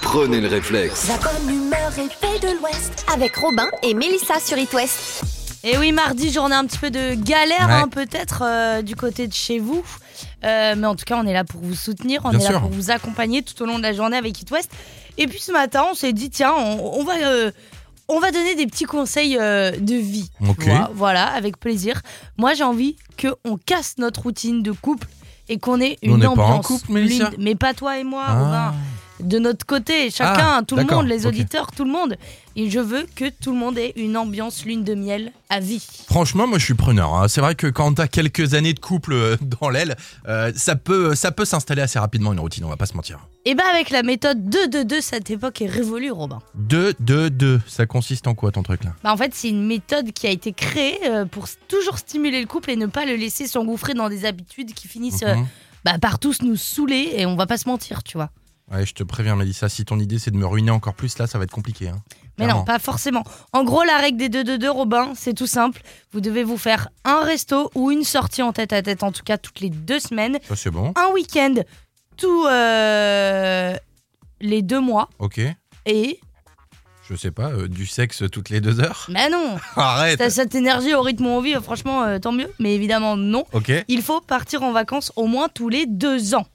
Prenez le réflexe. La bonne humeur est faite de l'Ouest avec Robin et Mélissa sur It West. Et oui, mardi, journée un petit peu de galère, Ouais. hein, peut-être euh, du côté de chez vous. Euh, mais en tout cas, on est là pour vous soutenir, on Bien est là sûr. pour vous accompagner tout au long de la journée avec It West. Et puis ce matin, on s'est dit, tiens, on, on va, euh, on va donner des petits conseils euh, de vie. tu Ok. vois, voilà, avec plaisir. Moi, j'ai envie qu'on casse notre routine de couple et qu'on ait Nous, on une n'est pas en ambiance. couple, Mélissa l'une- mais pas toi et moi, Robin Ah. de notre côté, chacun, Ah, tout le d'accord, monde, les ok. auditeurs, tout le monde. Et je veux que tout le monde ait une ambiance lune de miel à vie. Franchement, moi je suis preneur. hein. C'est vrai que quand t'as quelques années de couple euh, dans l'aile, euh, ça peut, ça peut s'installer assez rapidement une routine, on va pas se mentir. Et bah avec la méthode 2-2-2, cette époque est révolue, Robin. 2, 2, 2, ça consiste en quoi ton truc là Bah en fait, c'est une méthode qui a été créée euh, pour s- toujours stimuler le couple et ne pas le laisser s'engouffrer dans des habitudes qui finissent euh, Mhm. bah, par tous nous saouler et on va pas se mentir, tu vois. Ouais, je te préviens Mélissa, si ton idée c'est de me ruiner encore plus, là ça va être compliqué. hein. Mais Clairement. non, pas forcément. En gros, la règle des 2-2-2, Robin, c'est tout simple. Vous devez vous faire un resto ou une sortie en tête à tête, en tout cas toutes les deux semaines. Ça c'est bon, un week-end tous euh, les deux mois ok. et Je sais pas, euh, du sexe toutes les deux heures bah non Arrête t'as cette énergie au rythme où on vit euh, franchement euh, tant mieux mais évidemment non Ok. il faut partir en vacances au moins tous les deux ans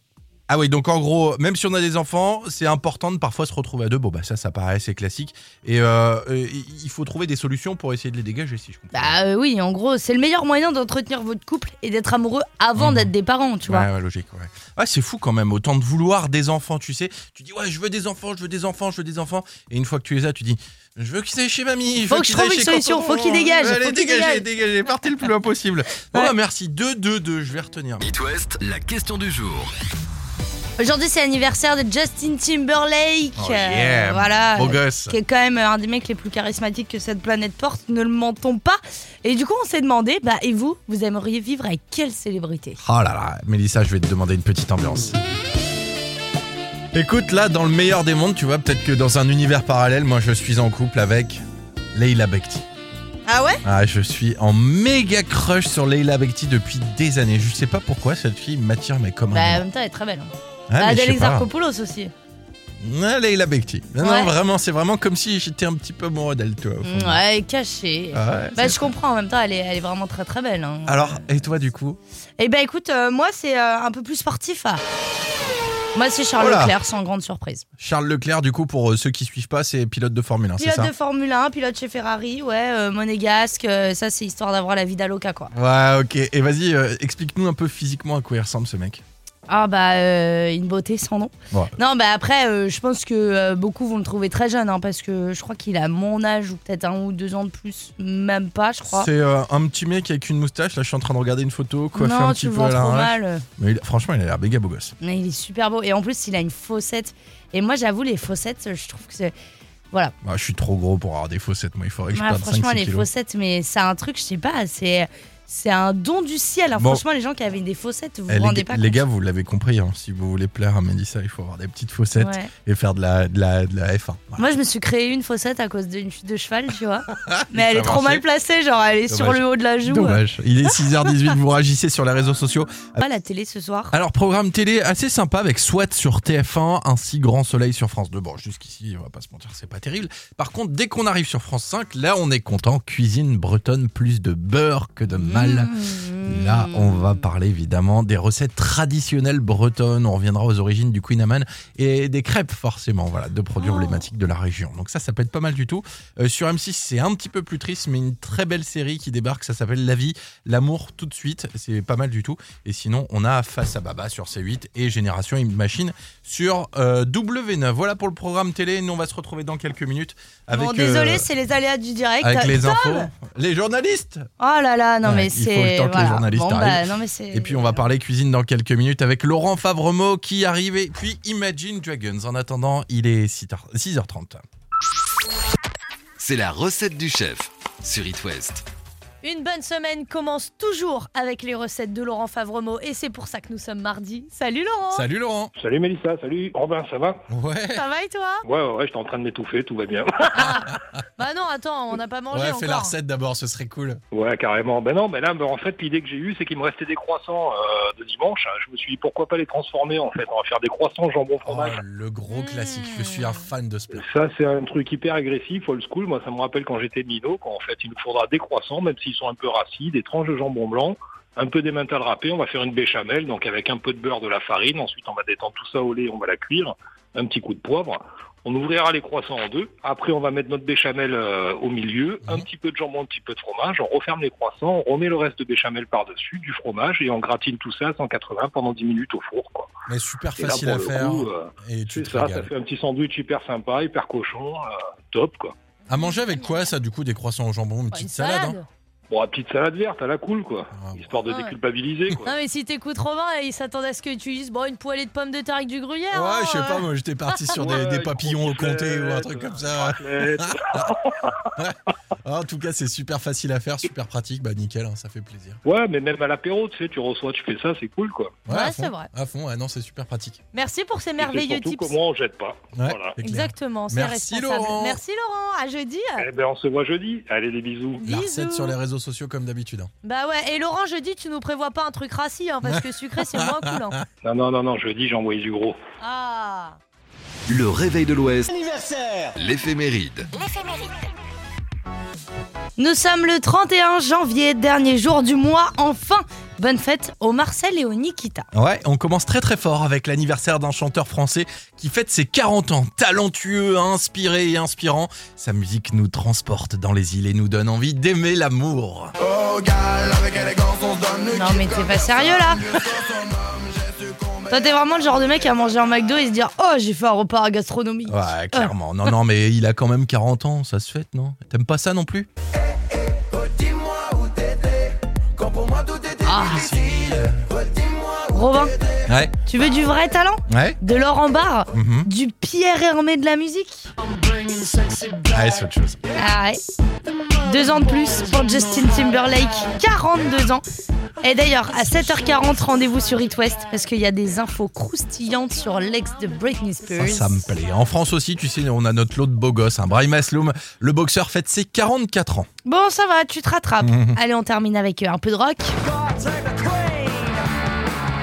Ah oui, donc en gros, même si on a des enfants, c'est important de parfois se retrouver à deux. Bon, bah ça, ça paraît assez classique. Et euh, euh, il faut trouver des solutions pour essayer de les dégager, si je comprends. bah euh, oui en gros c'est le meilleur moyen d'entretenir votre couple et d'être amoureux avant Mhm. d'être des parents tu vois Ouais, ouais, logique. Ouais. Ah, c'est fou quand même, autant de vouloir des enfants, tu sais. Tu dis, ouais, je veux des enfants, je veux des enfants, je veux des enfants. Et une fois que tu les as, tu dis, je veux qu'ils aillent chez mamie. Je Faut veux que je qu'ils aillent trouve une chez solution, tonton. faut qu'ils dégagent, Allez, faut qu'ils dégagez, dégagent. dégagez, partez le plus loin possible. Bon, Ouais. bah, merci. 2, 2, 2, je vais retenir. It West, la question du jour. aujourd'hui c'est l'anniversaire de Justin Timberlake Oh, yeah. Euh, voilà Beau gosse. qui est quand même euh, un des mecs les plus charismatiques que cette planète porte, ne le mentons pas. Et du coup, on s'est demandé, bah, et vous, vous aimeriez vivre avec quelle célébrité Oh là là, Mélissa, je vais te demander une petite ambiance. Écoute, là, dans le meilleur des mondes, tu vois, peut-être que dans un univers parallèle, moi, je suis en couple avec Leila Bekti. Ah ouais Ah, je suis en méga crush sur Leila Bekti depuis des années. Je sais pas pourquoi cette fille m'attire, mais comme un. Bah, en amour. même temps, elle est très belle. hein. Ah, Bah, mais je Adèle sais pas. Exarchopoulos aussi. Ah, Leila Bekti. Non, Ouais. non, vraiment, c'est vraiment comme si j'étais un petit peu amoureux d'elle, toi. au fond. Mm, Ouais, elle est cachée. Ah ouais, Bah, c'est- je comprends, en même temps, elle est, elle est vraiment très très belle. hein. Alors, et toi, du coup Eh ben écoute, euh, moi, c'est euh, un peu plus sportif. ah. Moi, c'est Charles Voilà. Leclerc, sans grande surprise. Charles Leclerc, du coup, pour euh, ceux qui suivent pas, c'est pilote de Formule 1, Ah, c'est Pilote ça de Formule 1, pilote chez Ferrari, ouais, euh, monégasque, euh, ça, c'est histoire d'avoir la vie d'Aloca, quoi. Ouais, ok. Et vas-y, euh, explique-nous un peu physiquement à quoi il ressemble ce mec. Ah bah euh, une beauté sans nom. Ouais. Non bah après euh, je pense que euh, beaucoup vont le trouver très jeune hein, parce que je crois qu'il a mon âge ou peut-être un ou deux ans de plus, même pas je crois. C'est euh, un petit mec avec une moustache. Là, je suis en train de regarder une photo, coiffé non un tu petit le peu vois à la trop rage. mal. euh. Mais il- franchement, il a l'air méga beau gosse. Mais il est super beau et en plus il a une faussette et moi j'avoue les faussettes euh, je trouve que c'est voilà Ah, je suis trop gros pour avoir des faussettes. Moi, il faudrait que je Ouais, perde 5 franchement les kilos. faussettes mais c'est un truc je sais pas c'est c'est un don du ciel hein. Bon. franchement les gens qui avaient des faussettes vous Eh, vous les, rendez gars- pas les compte. gars, vous l'avez compris. hein, si vous voulez plaire à Mélissa, il faut avoir des petites faussettes Ouais. et faire de la, de la, de la F1. Voilà. Moi, je me suis créé une faussette à cause d'une chute de cheval, tu vois. Mais elle Ça est a trop marché. mal placée, genre elle est sur Dommage. le haut de la joue. Dommage. Il est 6h18. vous réagissez sur les réseaux sociaux. Pas Ah, la télé ce soir. Alors, programme télé assez sympa avec SWAT sur TF1, ainsi Grand Soleil sur France 2. Bon, jusqu'ici, on va pas se mentir, c'est pas terrible. Par contre, dès qu'on arrive sur France 5, là, on est content. Cuisine bretonne, plus de beurre que de mal. Mmh. Là, on va parler évidemment des recettes traditionnelles bretonnes. On reviendra aux origines du Queen Amman et des crêpes, forcément. Voilà, deux produits Oh. emblématiques de la région. Donc ça, ça peut être pas mal du tout. Euh, sur M6, c'est un petit peu plus triste, mais une très belle série qui débarque. Ça s'appelle La vie, l'amour tout de suite. C'est pas mal du tout. Et sinon, on a Face à Baba sur C8 et Génération Machine sur euh, W9. Voilà pour le programme télé. Nous, on va se retrouver dans quelques minutes avec. bon, désolé, euh, c'est les aléas du direct. avec les Tom infos, les journalistes. Oh là là, non Ouais, mais il c'est. faut le temps que les voilà. journalistes Bon, bah, arrivent. non, mais c'est- Et puis on va parler cuisine dans quelques minutes avec Laurent Favremo qui arrive et puis Imagine Dragons. En attendant, il est 6h30. C'est la recette du chef sur It West. Une bonne semaine commence toujours avec les recettes de Laurent Favremo et c'est pour ça que nous sommes mardi. Salut Laurent Salut Laurent Salut Mélissa, salut Robin, ça va Ouais, Ça va et toi Ouais, ouais, ouais, j'étais en train de m'étouffer, tout va bien. Bah non, attends, on n'a pas mangé ouais encore. fais la recette d'abord, ce serait cool. ouais, carrément. Ben non, mais là, ben, en fait, l'idée que j'ai eue, c'est qu'il me restait des croissants euh, de dimanche. Je me suis dit, pourquoi pas les transformer, en fait On va faire des croissants jambon Oh, fromage. le gros Mmh. classique, je suis un fan de ce plat. Ça, c'est un truc hyper agressif, old school. Moi, ça me rappelle quand j'étais minot, quand en fait, il nous faudra des croissants, même s'ils sont un peu rassis, des tranches de jambon blanc, un peu d'emmental râpé. On va faire une béchamel, donc avec un peu de beurre, de la farine. Ensuite, on va détendre tout ça au lait, on va la cuire. Un petit coup de poivre. On ouvrira les croissants en deux. Après, on va mettre notre béchamel euh, au milieu, un Mhm. petit peu de jambon, un petit peu de fromage. On referme les croissants, on remet le reste de béchamel par-dessus, du fromage, et on gratine tout ça à 180 pendant 10 minutes au four. Quoi. Mais super Et là, facile pour à le faire. coup, euh, et tu c'est te ça, ça régales. fait un petit sandwich hyper sympa, hyper cochon, euh, top quoi. À manger avec quoi ça du coup Des croissants au jambon, Bah, une petite une salade, salade. Bon, la petite salade verte à la cool quoi, hein Ah, histoire de Ah ouais. déculpabiliser quoi. Non mais si t'écoutes Robin, il s'attendait à ce que tu dises bon une poêlée de pommes de terre avec du gruyère. hein, Ouais, je sais euh. pas, moi j'étais parti sur des, Ouais, des une papillons au comté ou un raclette, truc comme une ça. raclette. Ah, en tout cas, c'est super facile à faire, super pratique, bah nickel, hein, ça fait plaisir. ouais, mais même à l'apéro, tu sais, tu reçois, tu fais ça, c'est cool quoi. Ouais, Ouais, à c'est fond. vrai. À fond, ouais, non, c'est super pratique. Merci pour ces Et c'est merveilleux surtout tips. comment on jette pas. Ouais, Voilà. c'est clair. Exactement, c'est Merci, responsable. Laurent. Merci Laurent, à jeudi. Eh ben, on se voit jeudi. Allez, des bisous. La Bisous. recette sur les réseaux sociaux comme d'habitude. hein. Bah ouais, et Laurent, jeudi, tu nous prévois pas un truc rassis, hein, parce que sucré, c'est moins cool. hein. Non, non, non, non, jeudi, j'ai envoyé du gros. Ah Le réveil de l'Ouest. L'éphéméride. Nous sommes le 31 janvier, dernier jour du mois, enfin Bonne fête au Marcel et au Nikita. Ouais, on commence très très fort avec l'anniversaire d'un chanteur français qui fête ses 40 ans. Talentueux, inspiré et inspirant, sa musique nous transporte dans les îles et nous donne envie d'aimer l'amour. Non mais t'es pas sérieux là Toi t'es vraiment le genre de mec à manger en McDo et se dire « Oh, j'ai fait un repas Euh, gastronomique Ouais, clairement. Non, non, mais il a quand même 40 ans, ça se fête, non T'aimes pas ça non plus Ah. Robin, Ouais, tu veux du vrai talent ouais. De l'or en barre mhm. Du Pierre Hermé de la musique Ouais, c'est autre chose. Ah ouais. Deux ans de plus pour Justin Timberlake, 42 ans. Et d'ailleurs, à 7h40, rendez-vous sur It West parce qu'il y a des infos croustillantes sur l'ex de Britney Ça, Spears. ça me plaît. En France aussi, tu sais, on a notre lot de beaux gosses. Hein. Brahim Asloum, le boxeur, fête ses 44 ans. Bon, ça va, tu te rattrapes. Mhm. Allez, on termine avec euh, un peu de rock.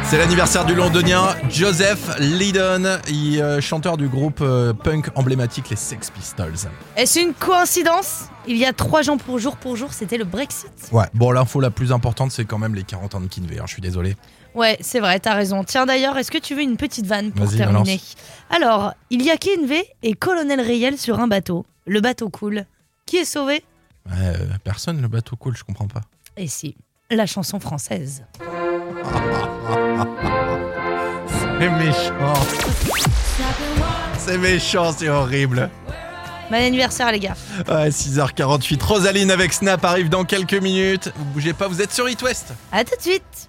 C'est l'anniversaire du londonien Joseph Lydon, il, euh, chanteur du groupe euh, punk emblématique les Sex Pistols. Est-ce une coïncidence Il y a trois gens pour jour pour jour, c'était le Brexit. Ouais, bon, l'info la plus importante, c'est quand même les 40 ans de Kinvey, hein, je suis désolé. Ouais, c'est vrai, t'as raison. Tiens d'ailleurs, est-ce que tu veux une petite vanne pour Vas-y, terminer Alors, il y a Kinvey et Colonel Riel sur un bateau. Le bateau coule. Qui est sauvé Ouais, euh, personne, le bateau coule, je comprends pas. Et si, la chanson française. C'est méchant. C'est méchant, c'est horrible. Bon anniversaire, les gars. Ouais, 6h48, Rosaline avec Snap arrive dans quelques minutes. Vous bougez pas, vous êtes sur It West. À tout de suite.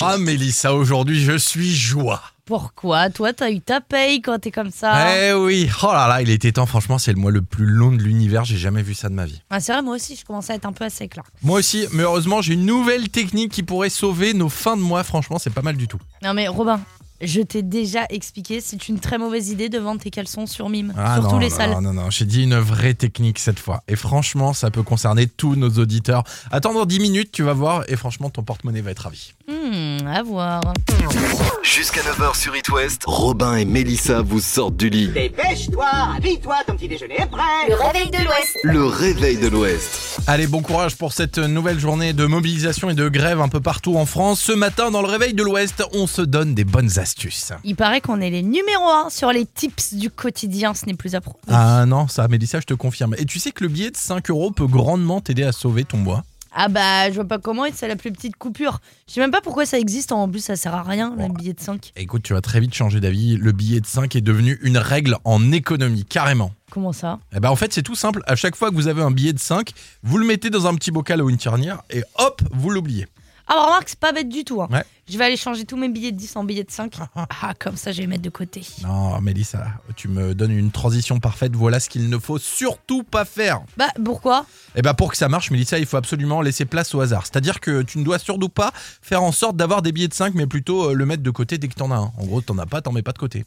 Ah, Mélissa, aujourd'hui, je suis joie. Pourquoi Toi, t'as eu ta paye quand t'es comme ça. Eh oui, oh là là, il était temps, franchement, c'est le mois le plus long de l'univers, j'ai jamais vu ça de ma vie. Ah, c'est vrai, moi aussi, je commençais à être un peu à sec là. Moi aussi, mais heureusement, j'ai une nouvelle technique qui pourrait sauver nos fins de mois, franchement, c'est pas mal du tout. Non, mais Robin, je t'ai déjà expliqué, c'est une très mauvaise idée de vendre tes caleçons sur mime, sur Ah non, tous les non, salles. Non, non, non, j'ai dit une vraie technique cette fois. Et franchement, ça peut concerner tous nos auditeurs. Attendre 10 minutes, tu vas voir, et franchement, ton porte-monnaie va être ravi. Hmm, à voir. Jusqu'à 9h sur It West, Robin et Mélissa vous sortent du lit. Dépêche-toi, habille-toi, ton petit déjeuner est prêt. Le réveil de l'Ouest. Le réveil de l'Ouest. Allez, bon courage pour cette nouvelle journée de mobilisation et de grève un peu partout en France. Ce matin, dans le réveil de l'Ouest, on se donne des bonnes astuces. Il paraît qu'on est les numéros 1 sur les tips du quotidien, ce n'est plus à prouver. Ah non, ça, Mélissa, je te confirme. Et tu sais que le billet de 5 euros peut grandement t'aider à sauver ton mois. Ah bah, je vois pas comment, et c'est la plus petite coupure. Je sais même pas pourquoi ça existe, en plus, ça sert à rien, le Bon. billet de 5. Écoute, tu vas très vite changer d'avis. Le billet de 5 est devenu une règle en économie, carrément. Comment ça Eh ben en fait, c'est tout simple. À chaque fois que vous avez un billet de 5, vous le mettez dans un petit bocal ou une charnière et hop, vous l'oubliez. Ah, bah, remarque, c'est pas bête du tout. hein. Ouais. Je vais aller changer tous mes billets de 10 en billets de 5. Ah, comme ça, je vais les mettre de côté. Non, Mélissa, tu me donnes une transition parfaite. Voilà ce qu'il ne faut surtout pas faire. Bah, pourquoi Eh ben pour que ça marche, Mélissa, il faut absolument laisser place au hasard. C'est-à-dire que tu ne dois surtout pas faire en sorte d'avoir des billets de 5, mais plutôt euh, le mettre de côté dès que t'en as un. En gros, t'en as pas, t'en mets pas de côté.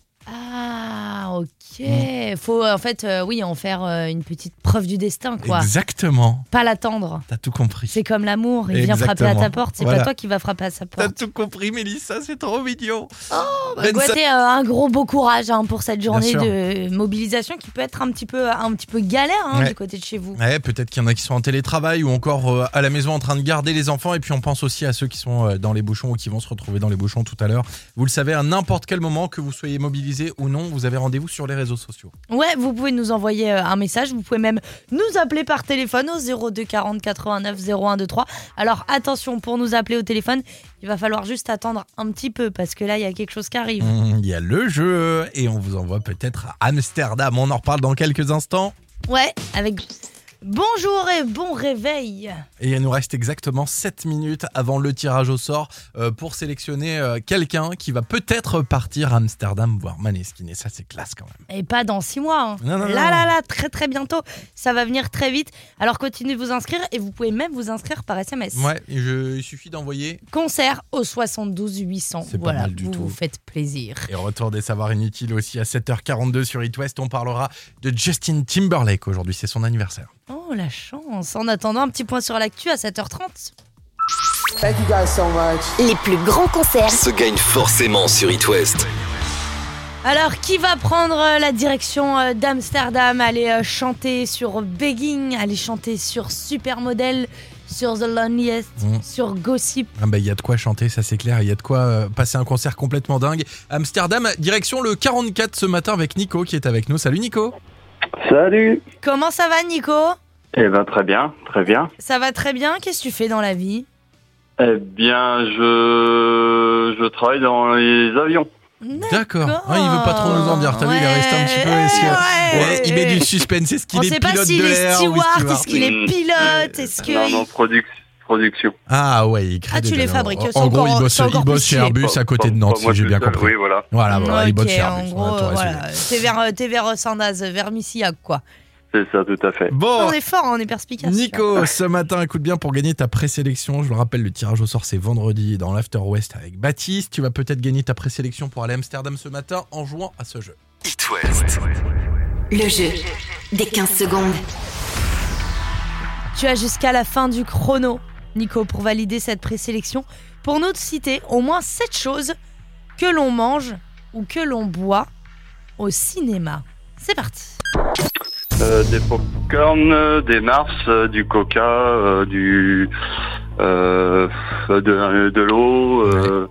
Ah, Mm. ok. Faut, euh, en fait, euh, oui, en faire euh, une petite preuve du destin, quoi. Exactement. Pas l'attendre. T'as tout compris. C'est comme l'amour, il vient frapper à ta Exactement. porte, c'est Voilà. pas toi qui va frapper à sa T'as porte. tout compris, Mélissa, c'est trop mignon. Bah, Benson- Guaté, euh, un gros beau courage hein, pour cette journée sûr. de mobilisation qui peut être un petit peu, un petit peu galère hein, Ouais. du côté de chez vous. Ouais, peut-être qu'il y en a qui sont en télétravail ou encore euh, à la maison en train de garder les enfants. Et puis on pense aussi à ceux qui sont euh, dans les bouchons ou qui vont se retrouver dans les bouchons tout à l'heure. Vous le savez, à n'importe quel moment, que vous soyez mobilisé ou non, vous avez rendez-vous sur les réseaux sociaux. Ouais, vous pouvez nous envoyer euh, un message, vous pouvez même nous appeler par téléphone au 02 40 89 01 23. Alors attention, pour nous appeler au téléphone, il va falloir juste attendre un petit peu parce que là, il y a quelque chose qui arrive. Mmh, Il y a le jeu et on vous envoie peut-être à Amsterdam. On en reparle dans quelques instants. Ouais, avec bonjour et bon réveil. Et il nous reste exactement 7 minutes avant le tirage au sort euh, pour sélectionner euh, quelqu'un qui va peut-être partir à Amsterdam voir Maneskin. Et ça, c'est classe quand même. Et pas dans six mois. hein. Non, non, non, là, non. là, là, très très bientôt. Ça va venir très vite. Alors continuez de vous inscrire et vous pouvez même vous inscrire par SMS. Ouais, et je- il suffit d'envoyer Concert au 72 800. C'est pas voilà, mal du vous tout. vous faites plaisir. Et retour des savoirs inutiles aussi à 7h42 sur It West. On parlera de Justin Timberlake aujourd'hui, c'est son anniversaire. Oh la chance. En attendant, un petit point sur l'actu à 7h30. Thank you guys so much. Les plus grands concerts, se gagne forcément sur It West. Alors, qui va prendre euh, la direction euh, d'Amsterdam Aller euh, chanter sur Begging, aller chanter sur Supermodel, sur The Loneliest, Mm. sur Gossip. Ah bah, Il y a de quoi chanter, ça c'est clair. Il y a de quoi euh, passer un concert complètement dingue. Amsterdam, direction le 44 ce matin avec Nico qui est avec nous. Salut Nico Salut Comment ça va, Nico Eh ben très bien, très bien. Ça va très bien. Qu'est-ce que tu fais dans la vie Eh bien, je, je travaille dans les avions. D'accord. Ah, il veut pas trop nous en dire. T'as vu, il est resté un petit peu. Ouais, est-ce que- ouais. Ouais, il met du suspense. Est-ce On qu'il est sait pas pilote s'il de est l'air ou steward, est-ce qu'il est Mm. pilote, est-ce Non, non, que... produc- production. Ah ouais, il crée Ah, tu des les avions. fabriques, c'est En gros, il encore- bosse, c'est encore il bosse plus chez stylé. Airbus à côté de Pas- Nantes, pas moi si j'ai tout bien seul, compris. Oui, voilà. Voilà, Ah, bah, voilà, il Ok, bosse chez en Airbus. on a gros, tout résumé. voilà, t'es vers, euh, t'es vers Sandaz, vers Missillac, quoi. C'est ça, tout à fait. Bon, On est fort, on est perspicace. tu vois. Oh. Nico, ce matin, un coup de bien pour gagner ta présélection. Je le rappelle, le tirage au sort, c'est vendredi dans l'After West avec Baptiste. Tu vas peut-être gagner ta présélection pour aller à Amsterdam ce matin en jouant à ce jeu. It West. le jeu des 15 secondes. Tu as jusqu'à la fin du chrono, Nico, pour valider cette présélection. Pour nous de citer au moins 7 choses que l'on mange ou que l'on boit au cinéma. C'est parti. Euh, des popcorn, euh, des Mars, euh, du coca, euh, du... euh, de, de l'eau... Euh,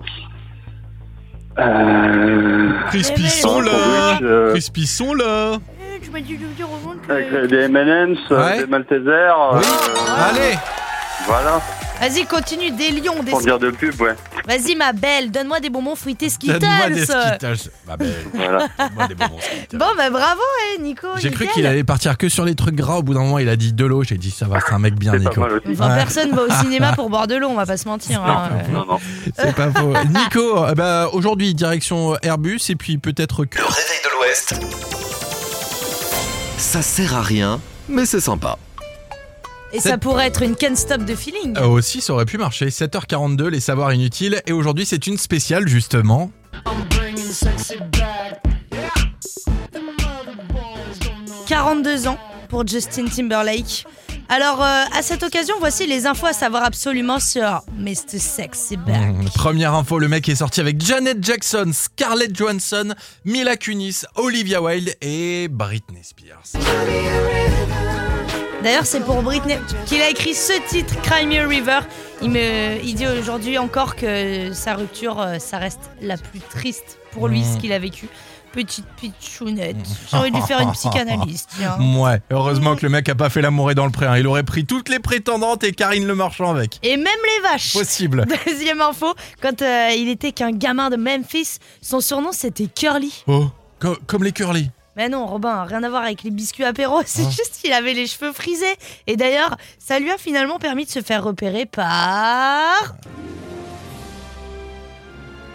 euh, Crispy sont sandwich, euh, Crispy sont là avec, euh, des M&M's, euh, Ouais. des Maltesers... Oui Ah, euh, Allez Voilà, Vas-y, continue, des lions, des... pour dire de pub, ouais. Vas-y, ma belle, donne-moi des bonbons fruités Skittles. Donne-moi des Skittles. Bah, ben, Voilà. donne-moi des bonbons Skittles. Bon, bah bravo, eh, Nico. J'ai cru nickel. qu'il allait partir que sur les trucs gras. Au bout d'un moment, il a dit de l'eau. J'ai dit, ça va, c'est un mec bien, C'est pas Nico. mal aussi. Enfin, Ouais. personne va au cinéma pour boire de l'eau, on va pas se mentir. hein. Non, non. C'est pas faux. Nico, euh, bah, aujourd'hui, direction Airbus et puis peut-être que. Le réveil de l'Ouest. Ça sert à rien, mais c'est sympa. Et ça pourrait être une can't stop de feeling. Euh, aussi, ça aurait pu marcher. 7h42, les savoirs inutiles. Et aujourd'hui, c'est une spéciale, justement. bringing sexy back. 42 ans pour Justin Timberlake. Alors, euh, à cette occasion, voici les infos à savoir absolument sur Mr. Sexy Back. Mmh. Première info, le mec est sorti avec Janet Jackson, Scarlett Johansson, Mila Kunis, Olivia Wilde et Britney Spears. D'ailleurs, c'est pour Britney qu'il a écrit ce titre, Cry Me a River. Il, me, il dit aujourd'hui encore que sa rupture, euh, ça reste la plus triste pour lui, Mm. ce qu'il a vécu. Petite pitchounette. J'ai envie de lui faire une psychanalyse, tiens. Ouais, heureusement que le mec a pas fait l'amour et dans le pré. hein. Il aurait pris toutes les prétendantes et Karine Le Marchand avec. Et même les vaches. Possible. Deuxième info, quand euh, il était qu'un gamin de Memphis, son surnom c'était Curly. Oh, co- comme les curly. Mais non, Robin, rien à voir avec les biscuits apéro, c'est Hein juste qu'il avait les cheveux frisés. Et d'ailleurs, ça lui a finalement permis de se faire repérer par.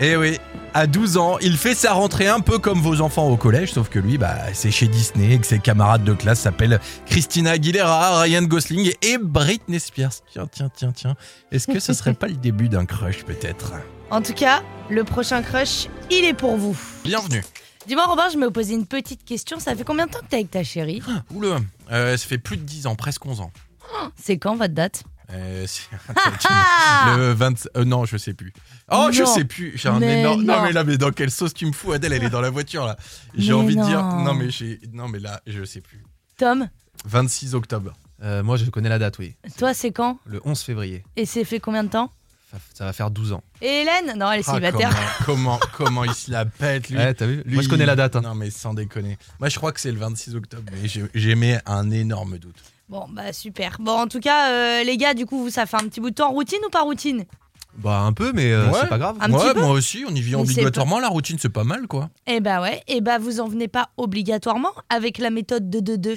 Eh oui, à 12 ans, il fait sa rentrée un peu comme vos enfants au collège, sauf que lui, bah, c'est chez Disney et que ses camarades de classe s'appellent Christina Aguilera, Ryan Gosling et Britney Spears. Tiens, tiens, tiens, tiens. Est-ce que ce serait pas le début d'un crush, peut-être En tout cas, le prochain crush, il est pour vous. Bienvenue. Dis-moi, Robin, je me posais une petite question. Ça fait combien de temps que t'es avec ta chérie Oula, euh, ça fait plus de 10 ans, presque 11 ans. C'est quand votre date Euh, c'est- Ah le 20... euh, non, je sais plus. Oh, je Non. sais plus. J'ai un Mais énorme. Non. non. mais là, mais dans quelle sauce tu me fous, Adèle Elle est dans la voiture là. J'ai Mais envie de dire. non. Non mais j'ai. Non mais là, je sais plus. Tom, 26 octobre. Euh, moi, je connais la date, oui. toi, c'est quand Le 11 février. Et c'est fait combien de temps Ça, ça va faire 12 ans. Et Hélène Non, elle est Ah, célibataire. comment, comment, comment il se la pète lui. Ouais, t'as vu Lui, Moi, je connais la date. hein. Non mais sans déconner. Moi, je crois que c'est le 26 octobre. Mais j'ai- j'émets un énorme doute. Bon, bah super. Bon, en tout cas, euh, les gars, du coup, vous, ça fait un petit bout de temps. Routine ou pas routine Bah, un peu, mais euh, Ouais. c'est pas grave. Un ouais, petit peu. moi aussi, on y vit Mais c'est obligatoirement. La routine, c'est pas mal quoi. Eh bah ouais. Eh bah, vous en venez pas obligatoirement avec la méthode 2-2-2.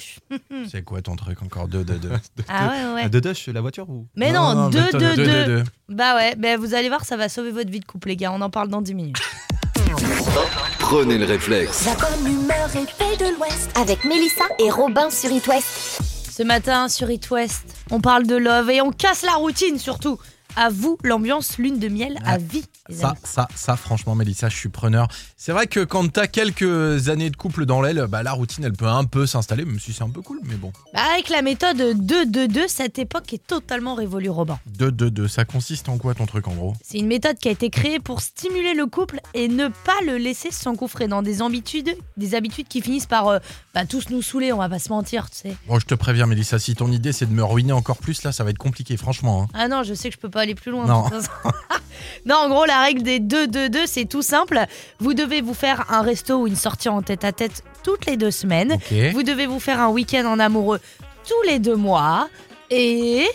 C'est quoi ton truc encore 2 2 2 Ah ouais, ouais, ouais. De Dush, la voiture ou Mais non, 2-2-2. 2 Bah ouais, bah vous allez voir, ça va sauver votre vie de couple, les gars. On en parle dans 10 minutes. Prenez le réflexe. La bonne humeur est faite de l'Ouest avec Mélissa et Robin sur It West. Ce matin, sur It West, on parle de love et on casse la routine surtout. À vous, l'ambiance lune de miel à vie. les Ça, amis. ça, ça, franchement, Mélissa, je suis preneur. C'est vrai que quand t'as quelques années de couple dans l'aile, bah, la routine, elle peut un peu s'installer, même si c'est un peu cool, mais bon. Bah, avec la méthode 2-2-2, cette époque est totalement révolue, Robin. 2-2-2, ça consiste en quoi ton truc en gros C'est une méthode qui a été créée pour stimuler le couple et ne pas le laisser s'engouffrer dans des habitudes, des habitudes qui finissent par euh, bah, tous nous saouler, on va pas se mentir, tu sais. Bon, je te préviens, Mélissa, si ton idée c'est de me ruiner encore plus, là, ça va être compliqué, franchement. hein. Ah non, je sais que je peux pas aller plus loin. de Non. toute façon. non, en gros, la règle des 2-2-2, c'est tout simple. Vous devez vous faire un resto ou une sortie en tête à tête toutes les deux semaines. Ok. Eh Vous devez vous faire un week-end en amoureux tous les deux mois. Et.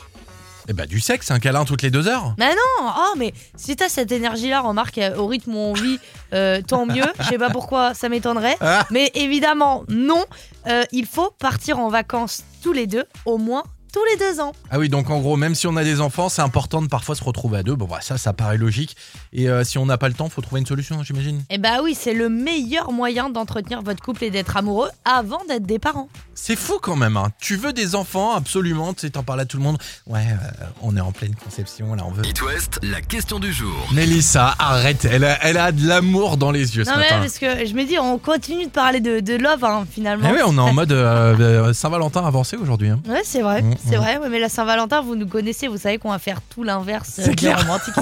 Eh bah, du sexe, un câlin toutes les deux heures Mais non Oh, mais si t'as cette énergie-là, remarque, euh, au rythme où on vit, euh, tant mieux. Je sais pas pourquoi, ça m'étonnerait. Ah. Mais évidemment, non. Euh, il faut partir en vacances tous les deux, au moins tous les deux ans. Ah oui, donc en gros, même si on a des enfants, c'est important de parfois se retrouver à deux. Bon, bah, ça, ça paraît logique. Et euh, si on n'a pas le temps, faut trouver une solution, j'imagine. Eh bah oui, c'est le meilleur moyen d'entretenir votre couple et d'être amoureux avant d'être des parents. C'est fou quand même. hein. Tu veux des enfants, absolument. Tu sais, t'en parles à tout le monde. Ouais, euh, on est en pleine conception, là, on veut. It West, la question du jour. Mélissa, arrête, elle a, elle a de l'amour dans les yeux ce non mais matin. parce que je me dis, on continue de parler de, de love hein, finalement. Eh oui, on est en mode euh, euh, Saint-Valentin avancé aujourd'hui. hein. Ouais, c'est vrai, Mm, c'est mm. vrai. Ouais, mais la Saint-Valentin, vous nous connaissez, vous savez qu'on va faire tout l'inverse C'est euh, clair. du romantique.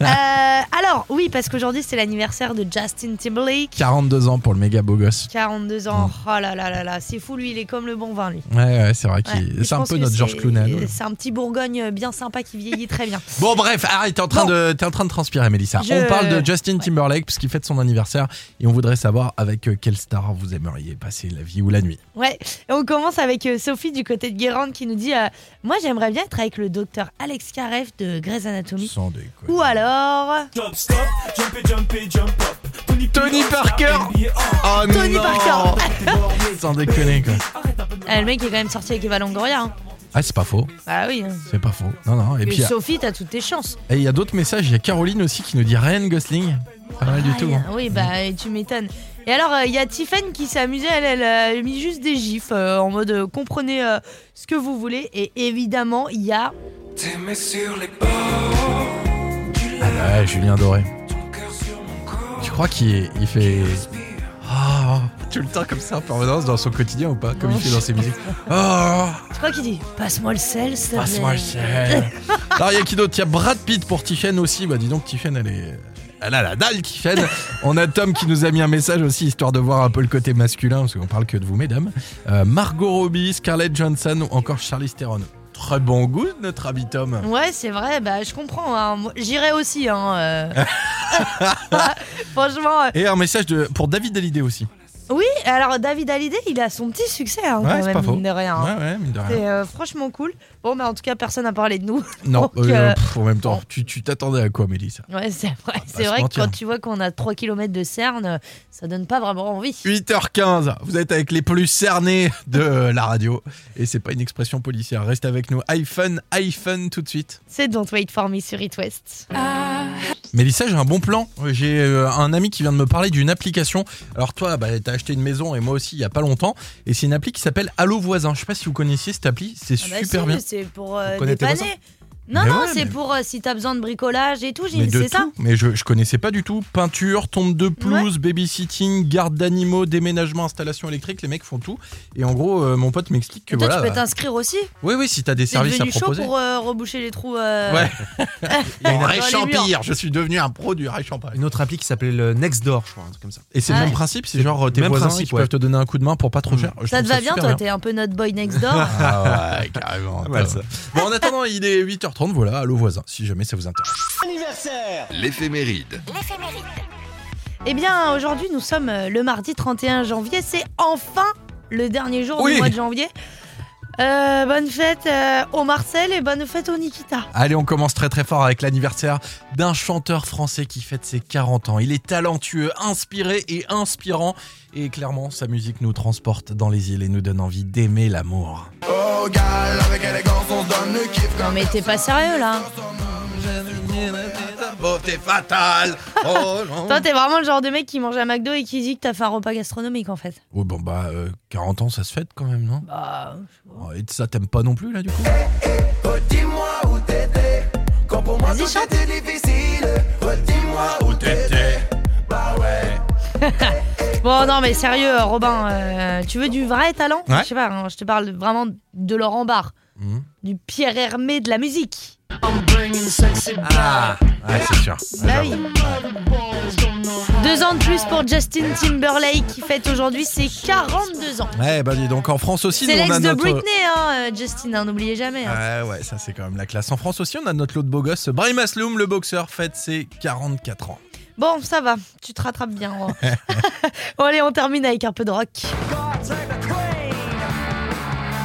Euh, alors, oui, parce qu'aujourd'hui, c'est l'anniversaire de Justin Timberlake. 42 ans pour le méga beau gosse. 42 ans, Mm. oh là là là là, c'est fou lui, il est comme le bon vin lui. Ouais, ouais, c'est vrai Ouais, qu'il. mais je c'est un pense peu que notre c'est- George Clooney. à nous. C'est un petit Bourgogne bien sympa qui vieillit très bien. Bon, bref, arrête, t'es en, train de- t'es en train de transpirer, Mélissa. Je- On parle de Justin Timberlake, puisqu'il fête son anniversaire, et on voudrait savoir avec euh, quelle star vous aimeriez passer la vie ou la nuit. Ouais, et on commence avec euh, Sophie du côté de Guérande qui nous dit euh, Moi j'aimerais bien être avec le docteur Alex Karev de Grey's Anatomy. Sans déconner. Ou alors. Tony Parker Oh Tony non Parker. Sans déconner, quoi. Ah, le mec est quand même sorti avec Eva Longoria. hein. Ah, c'est pas faux, Bah oui. hein. c'est pas faux. Non, non, et Mais puis. Sophie, t'as toutes tes chances. Et il y a d'autres messages, il y a Caroline aussi qui nous dit Ryan Gosling. Pas mal du Ah, tout. y a- hein. Oui, bah et tu m'étonnes. Et alors, il y a Tiffen qui s'est amusée, elle, euh, elle a mis juste des gifs euh, en mode euh, comprenez euh, ce que vous voulez. Et évidemment, il y a. Ah, Julien Doré. Tu crois qu'il est- il fait. Ah, tout le temps comme ça en permanence dans son quotidien ou pas Comme il fait dans ses musiques. Oh, C'est quoi qui dit Passe-moi le sel, ça passe-moi le sel. Alors, il y a qui d'autre Il y a Brad Pitt pour Tiffen aussi. Bah, dis donc, Tiffen, elle est. Elle a la dalle, Tiffen. On a Tom qui nous a mis un message aussi, histoire de voir un peu le côté masculin, parce qu'on parle que de vous, mesdames. Euh, Margot Robbie, Scarlett Johansson ou encore Charlize Theron. Très bon goût, notre ami Tom. Ouais, c'est vrai, bah je comprends. hein. Moi, J'irai aussi. Hein, euh. Franchement, euh, Et un message de, pour David Hallyday aussi. oui, alors David Hallyday, il a son petit succès hein, Ouais, quand c'est même, pas faux. mine de rien. Ouais, ouais, mine de rien. C'est euh, franchement cool. Bon, mais en tout cas, personne n'a parlé de nous. Non, Donc, euh, euh, pff, en même temps, tu tu t'attendais à quoi, Mélissa Ouais, c'est vrai. va C'est Ah, bah, se vrai que mentir. quand tu vois qu'on a 3 km de Cerne, ça donne pas vraiment envie. 8h15, vous êtes avec les plus cernés de euh, la radio. Et c'est pas une expression policière. Restez avec nous. iPhone, iPhone tout de suite. Ah, C'est Don't Wait For Me sur It West. Mélissa, j'ai un bon plan. J'ai euh, un ami qui vient de me parler d'une application. Alors toi, bah, t'as acheté une maison et moi aussi il y a pas longtemps. Et c'est une appli qui s'appelle Allo Voisin. Je sais pas si vous connaissiez cette appli. C'est Ah bah super si, bien. mais C'est pour euh, Vous connaissez pas dépanner. Non, Mais non, ouais, c'est mais- pour euh, si t'as besoin de bricolage et tout, Mais Gilles, de c'est ça tout. Mais je, je connaissais pas du tout. Peinture, tombe de pelouse, babysitting, garde d'animaux, déménagement, installation électrique. Les mecs font tout. Et en gros, euh, mon pote m'explique que Et toi, voilà. tu peux bah, t'inscrire aussi. oui, oui, si t'as des T'es services à devenu chaud proposer. pour euh, reboucher les trous. euh, Ouais. Il y a une Dans les réchampire. murs. Je suis devenu un pro du réchampire. Une autre appli qui s'appelait le Nextdoor, je crois, un truc comme ça. Et c'est Ah le ouais. même principe, c'est genre euh, tes Même voisins principe, qui peuvent ouais. te donner un coup de main pour pas trop cher. Je Ça te trouve va bien, super toi, t'es un peu notre boy next door. Ah ouais, carrément. Pas mal, ça. Bon, en attendant, il est 8h30, voilà, allô voisin, si jamais ça vous intéresse. l'éphéméride. eh bien, aujourd'hui, nous sommes euh, le mardi 31 janvier. C'est enfin le dernier jour Oui. du mois de janvier. Euh, bonne fête euh, au Marcel et bonne fête au Nikita. Allez, on commence très très fort avec l'anniversaire d'un chanteur français qui fête ses 40 ans. Il est talentueux, inspiré et inspirant. Et clairement, sa musique nous transporte dans les îles et nous donne envie d'aimer l'amour. Non, mais t'es pas sérieux là. Beauté fatale Oh, Toi, t'es vraiment le genre de mec qui mange à McDo et qui dit que t'as fait un repas gastronomique en fait. Oui, bon bah, euh, 40 ans, ça se fête quand même, non Bah, Oh, Et ça, t'aimes pas non plus, là, du coup vas-y, chante. Bon, non, mais sérieux, euh, Robin, euh, tu veux du vrai talent Ouais. Je sais pas, hein, je te parle vraiment de Laurent Barre, Mhm. du Pierre Hermé de la musique. I'm bringing sexy back. Ah, c'est sûr. Bah oui. Deux ans de plus pour Justin Timberlake qui fête aujourd'hui ses 42 ans. Ouais, bah dis donc, en France aussi, C'est nous, on l'ex a de notre... Britney, hein, euh, Justin, hein, n'oubliez jamais. hein. Ouais, ouais, ça c'est quand même la classe. En France aussi, on a notre lot de beaux gosses. Brahim Asloum, le boxeur, fête ses 44 ans. Bon, ça va, tu te rattrapes bien. Ro. bon, allez, on termine avec un peu de rock.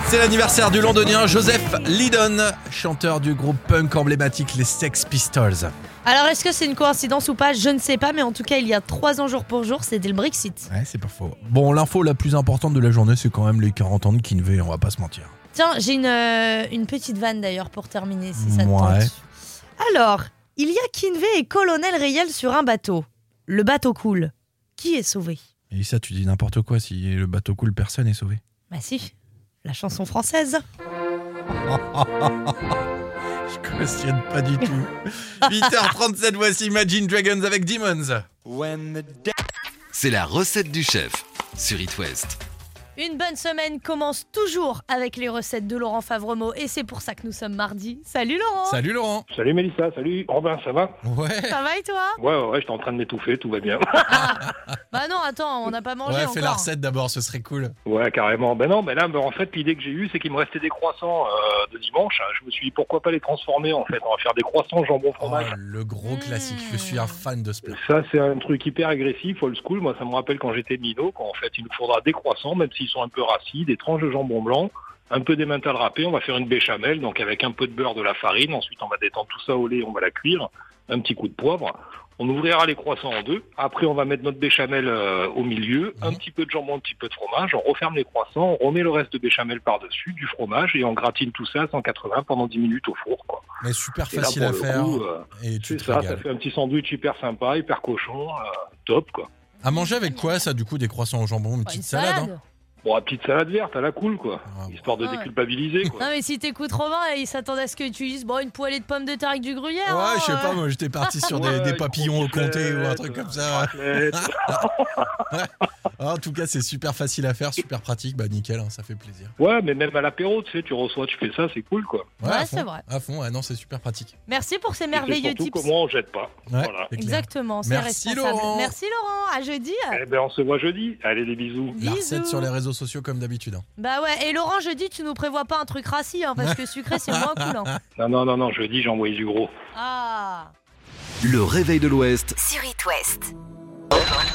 C'est l'anniversaire du londonien Joseph Lydon, chanteur du groupe punk emblématique les Sex Pistols. Alors, est-ce que c'est une coïncidence ou pas Je ne sais pas, mais en tout cas, il y a trois ans jour pour jour, c'était le Brexit. Ouais, c'est pas faux. Bon, l'info la plus importante de la journée, c'est quand même les 40 ans de Kinvey, on va pas se mentir. Tiens, j'ai une, euh, une petite vanne d'ailleurs pour terminer, si ça te Ouais. tente. Alors, il y a Kinvey et Colonel Riel sur un bateau. Le bateau coule. Qui est sauvé Et ça, tu dis n'importe quoi, si le bateau coule, personne est sauvé. Bah si, la chanson française. Je cautionne pas du tout. 8h37, voici Imagine Dragons avec Demons. C'est la recette du chef sur It West. Une bonne semaine commence toujours avec les recettes de Laurent Favremo et c'est pour ça que nous sommes mardi. Salut Laurent Salut Laurent. Salut Mélissa, salut Robin, ça va Ouais. Ça va et toi Ouais, ouais, ouais, j'étais en train de m'étouffer, tout va bien. Bah non, attends, on n'a pas mangé Ouais, encore. fais la recette d'abord, ce serait cool. Ouais, carrément. Ben non, ben là, ben en fait, l'idée que j'ai eue, c'est qu'il me restait des croissants euh, de dimanche. Je me suis dit, pourquoi pas les transformer, en fait. On va faire des croissants jambon Oh, fromage. le gros classique, je suis un fan de ce plat. Ça, c'est un truc hyper agressif, old school. Moi, ça me rappelle quand j'étais minot, quand en fait, il nous faudra des croissants, même s'ils sont un peu racis, des tranches de jambon blanc, un peu d'emmental râpé. On va faire une béchamel, donc avec un peu de beurre, de la farine. Ensuite, on va détendre tout ça au lait, on va la cuire. Un petit coup de poivre. On ouvrira les croissants en deux. Après, on va mettre notre béchamel euh, au milieu, un Mhm. petit peu de jambon, un petit peu de fromage. On referme les croissants, on remet le reste de béchamel par-dessus, du fromage, et on gratine tout ça à 180 pendant 10 minutes au four. Quoi. Mais super Et là, facile pour à le faire. coup, euh, et tu c'est te ça, ça régales. fait un petit sandwich hyper sympa, hyper cochon, euh, top quoi. À manger avec quoi, ça, du coup, des croissants au jambon, Bah, une une petite salade, hein Bon, la petite salade verte, à la cool quoi, Ah, bon. histoire de Ah ouais. déculpabiliser quoi. Non mais si t'écoutes Robin, il s'attendait à ce que tu dises bon une poêlée de pommes de terre avec du gruyère. hein, Ouais, je sais euh. pas, moi j'étais parti sur des, Ouais, des une papillons au comté ou un truc croquelette, comme ça. Ouais, Ah, en tout cas, c'est super facile à faire, super pratique, bah nickel, hein, ça fait plaisir. Ouais, mais même à l'apéro, tu sais, tu reçois, tu fais ça, c'est cool quoi. Ouais, à c'est fond, vrai. À fond, ouais, non, c'est super pratique. Merci pour ces Et merveilleux surtout tips. comment on jette pas. Ouais, Voilà. c'est clair. Exactement, c'est Merci, responsable. Laurent. Merci Laurent, à jeudi. Eh ben, on se voit jeudi. Allez, des bisous. La Bisous. recette sur les réseaux sociaux, comme d'habitude. hein. Bah ouais, et Laurent, jeudi, tu nous prévois pas un truc rassis, hein, parce que sucré, c'est moins cool. hein. Non, non, non, non, jeudi, j'envoie du gros. Ah Le réveil de l'Ouest, Sur It West.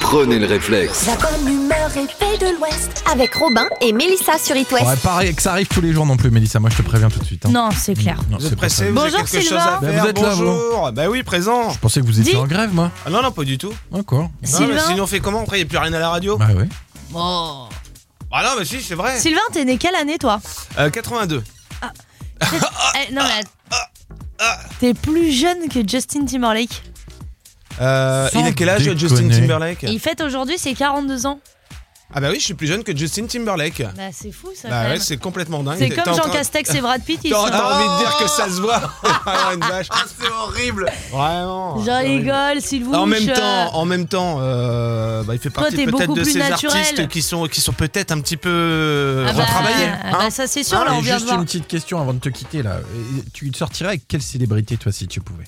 prenez le réflexe. La bonne humeur et paix de l'Ouest avec Robin et Mélissa sur It West. Ouais, pareil, que ça arrive tous les jours non plus, Mélissa, moi je te préviens tout de suite. hein. Non, c'est clair. Non, Vous c'est êtes pas ça. pressé, vous avez Bonjour, quelque chose Sylvain. à Ben, faire. vous êtes là, vous. Bonjour. Bah oui, présent. Je pensais que vous étiez Dis. en grève, moi. Ah non, non, pas du tout. Encore. Non, mais Sylvain, Oh. sinon, on fait comment Après, il n'y a plus rien à la radio. Bah ouais. Ah non, mais si, c'est vrai. Sylvain, t'es né quelle année, toi Euh, 82. Eh, Non, mais. T'es plus jeune que Justin Timberlake. Euh, il a quel âge, Sans Justin déconner. Timberlake Il fête aujourd'hui ses 42 ans. Ah bah oui, je suis plus jeune que Justin Timberlake. Bah, c'est fou ça. quand Bah ouais, même. c'est complètement dingue. c'est T'es- comme t'es en Jean train- Castex hein. et Brad Pitt. ils T'as sont- Ah. t'as envie de dire que ça se voit Ah, une vache. c'est horrible Vraiment. J'en rigole, s'il vous Oh, En même plaît. temps, en même temps, euh, bah, il fait euh, Toi, partie t'es peut-être beaucoup de plus ces naturel. artistes qui sont qui sont peut-être un petit peu euh, Ah bah, retravaillés. ah hein. bah, ça c'est sûr, là on Et vient de juste voir. une petite question avant de te quitter là. Et Tu te sortirais avec quelle célébrité toi si tu pouvais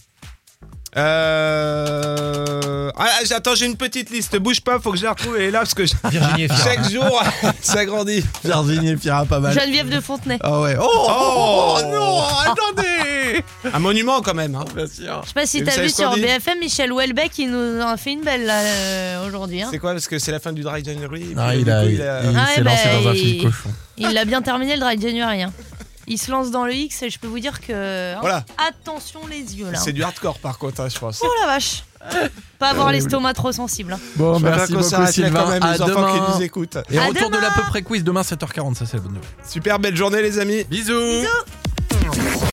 Euh... ah, ah, attends, j'ai une petite liste. Bouge pas, faut que je la retrouve. Elle est là parce que Virginie chaque jour, ça grandit. Virginie Fira pas mal. Geneviève de Fontenay. Ah ouais. Oh, Oh. oh, non, attendez Un monument quand même. hein. Bien sûr. Je sais pas si Et vous t'as savez vu ce qu'on sur dit BFM Michel Houellebecq, il nous en a fait une belle là, euh, aujourd'hui. hein. C'est quoi Parce que c'est la fin du Dry January. et puis Ah, du il coup, a, il, il a- il Ah s'est ouais, lancé bah, dans un fil il- de cochon. Il l'a bien terminé le Dry January. hein. Il se lance dans le X et je peux vous dire que. hein, Voilà. Attention les yeux là. C'est Euh, du hardcore par contre, hein, je pense. Oh la vache Pas avoir l'estomac trop sensible. hein. Bon, Je préfère merci qu'on beaucoup s'arrête là Sylvain. quand même, à les enfants qui demain. nous écoutent. Et À retour de demain. l'à peu près quiz demain 7h40, ça c'est la bonne nouvelle. Super belle journée les amis. Bisous.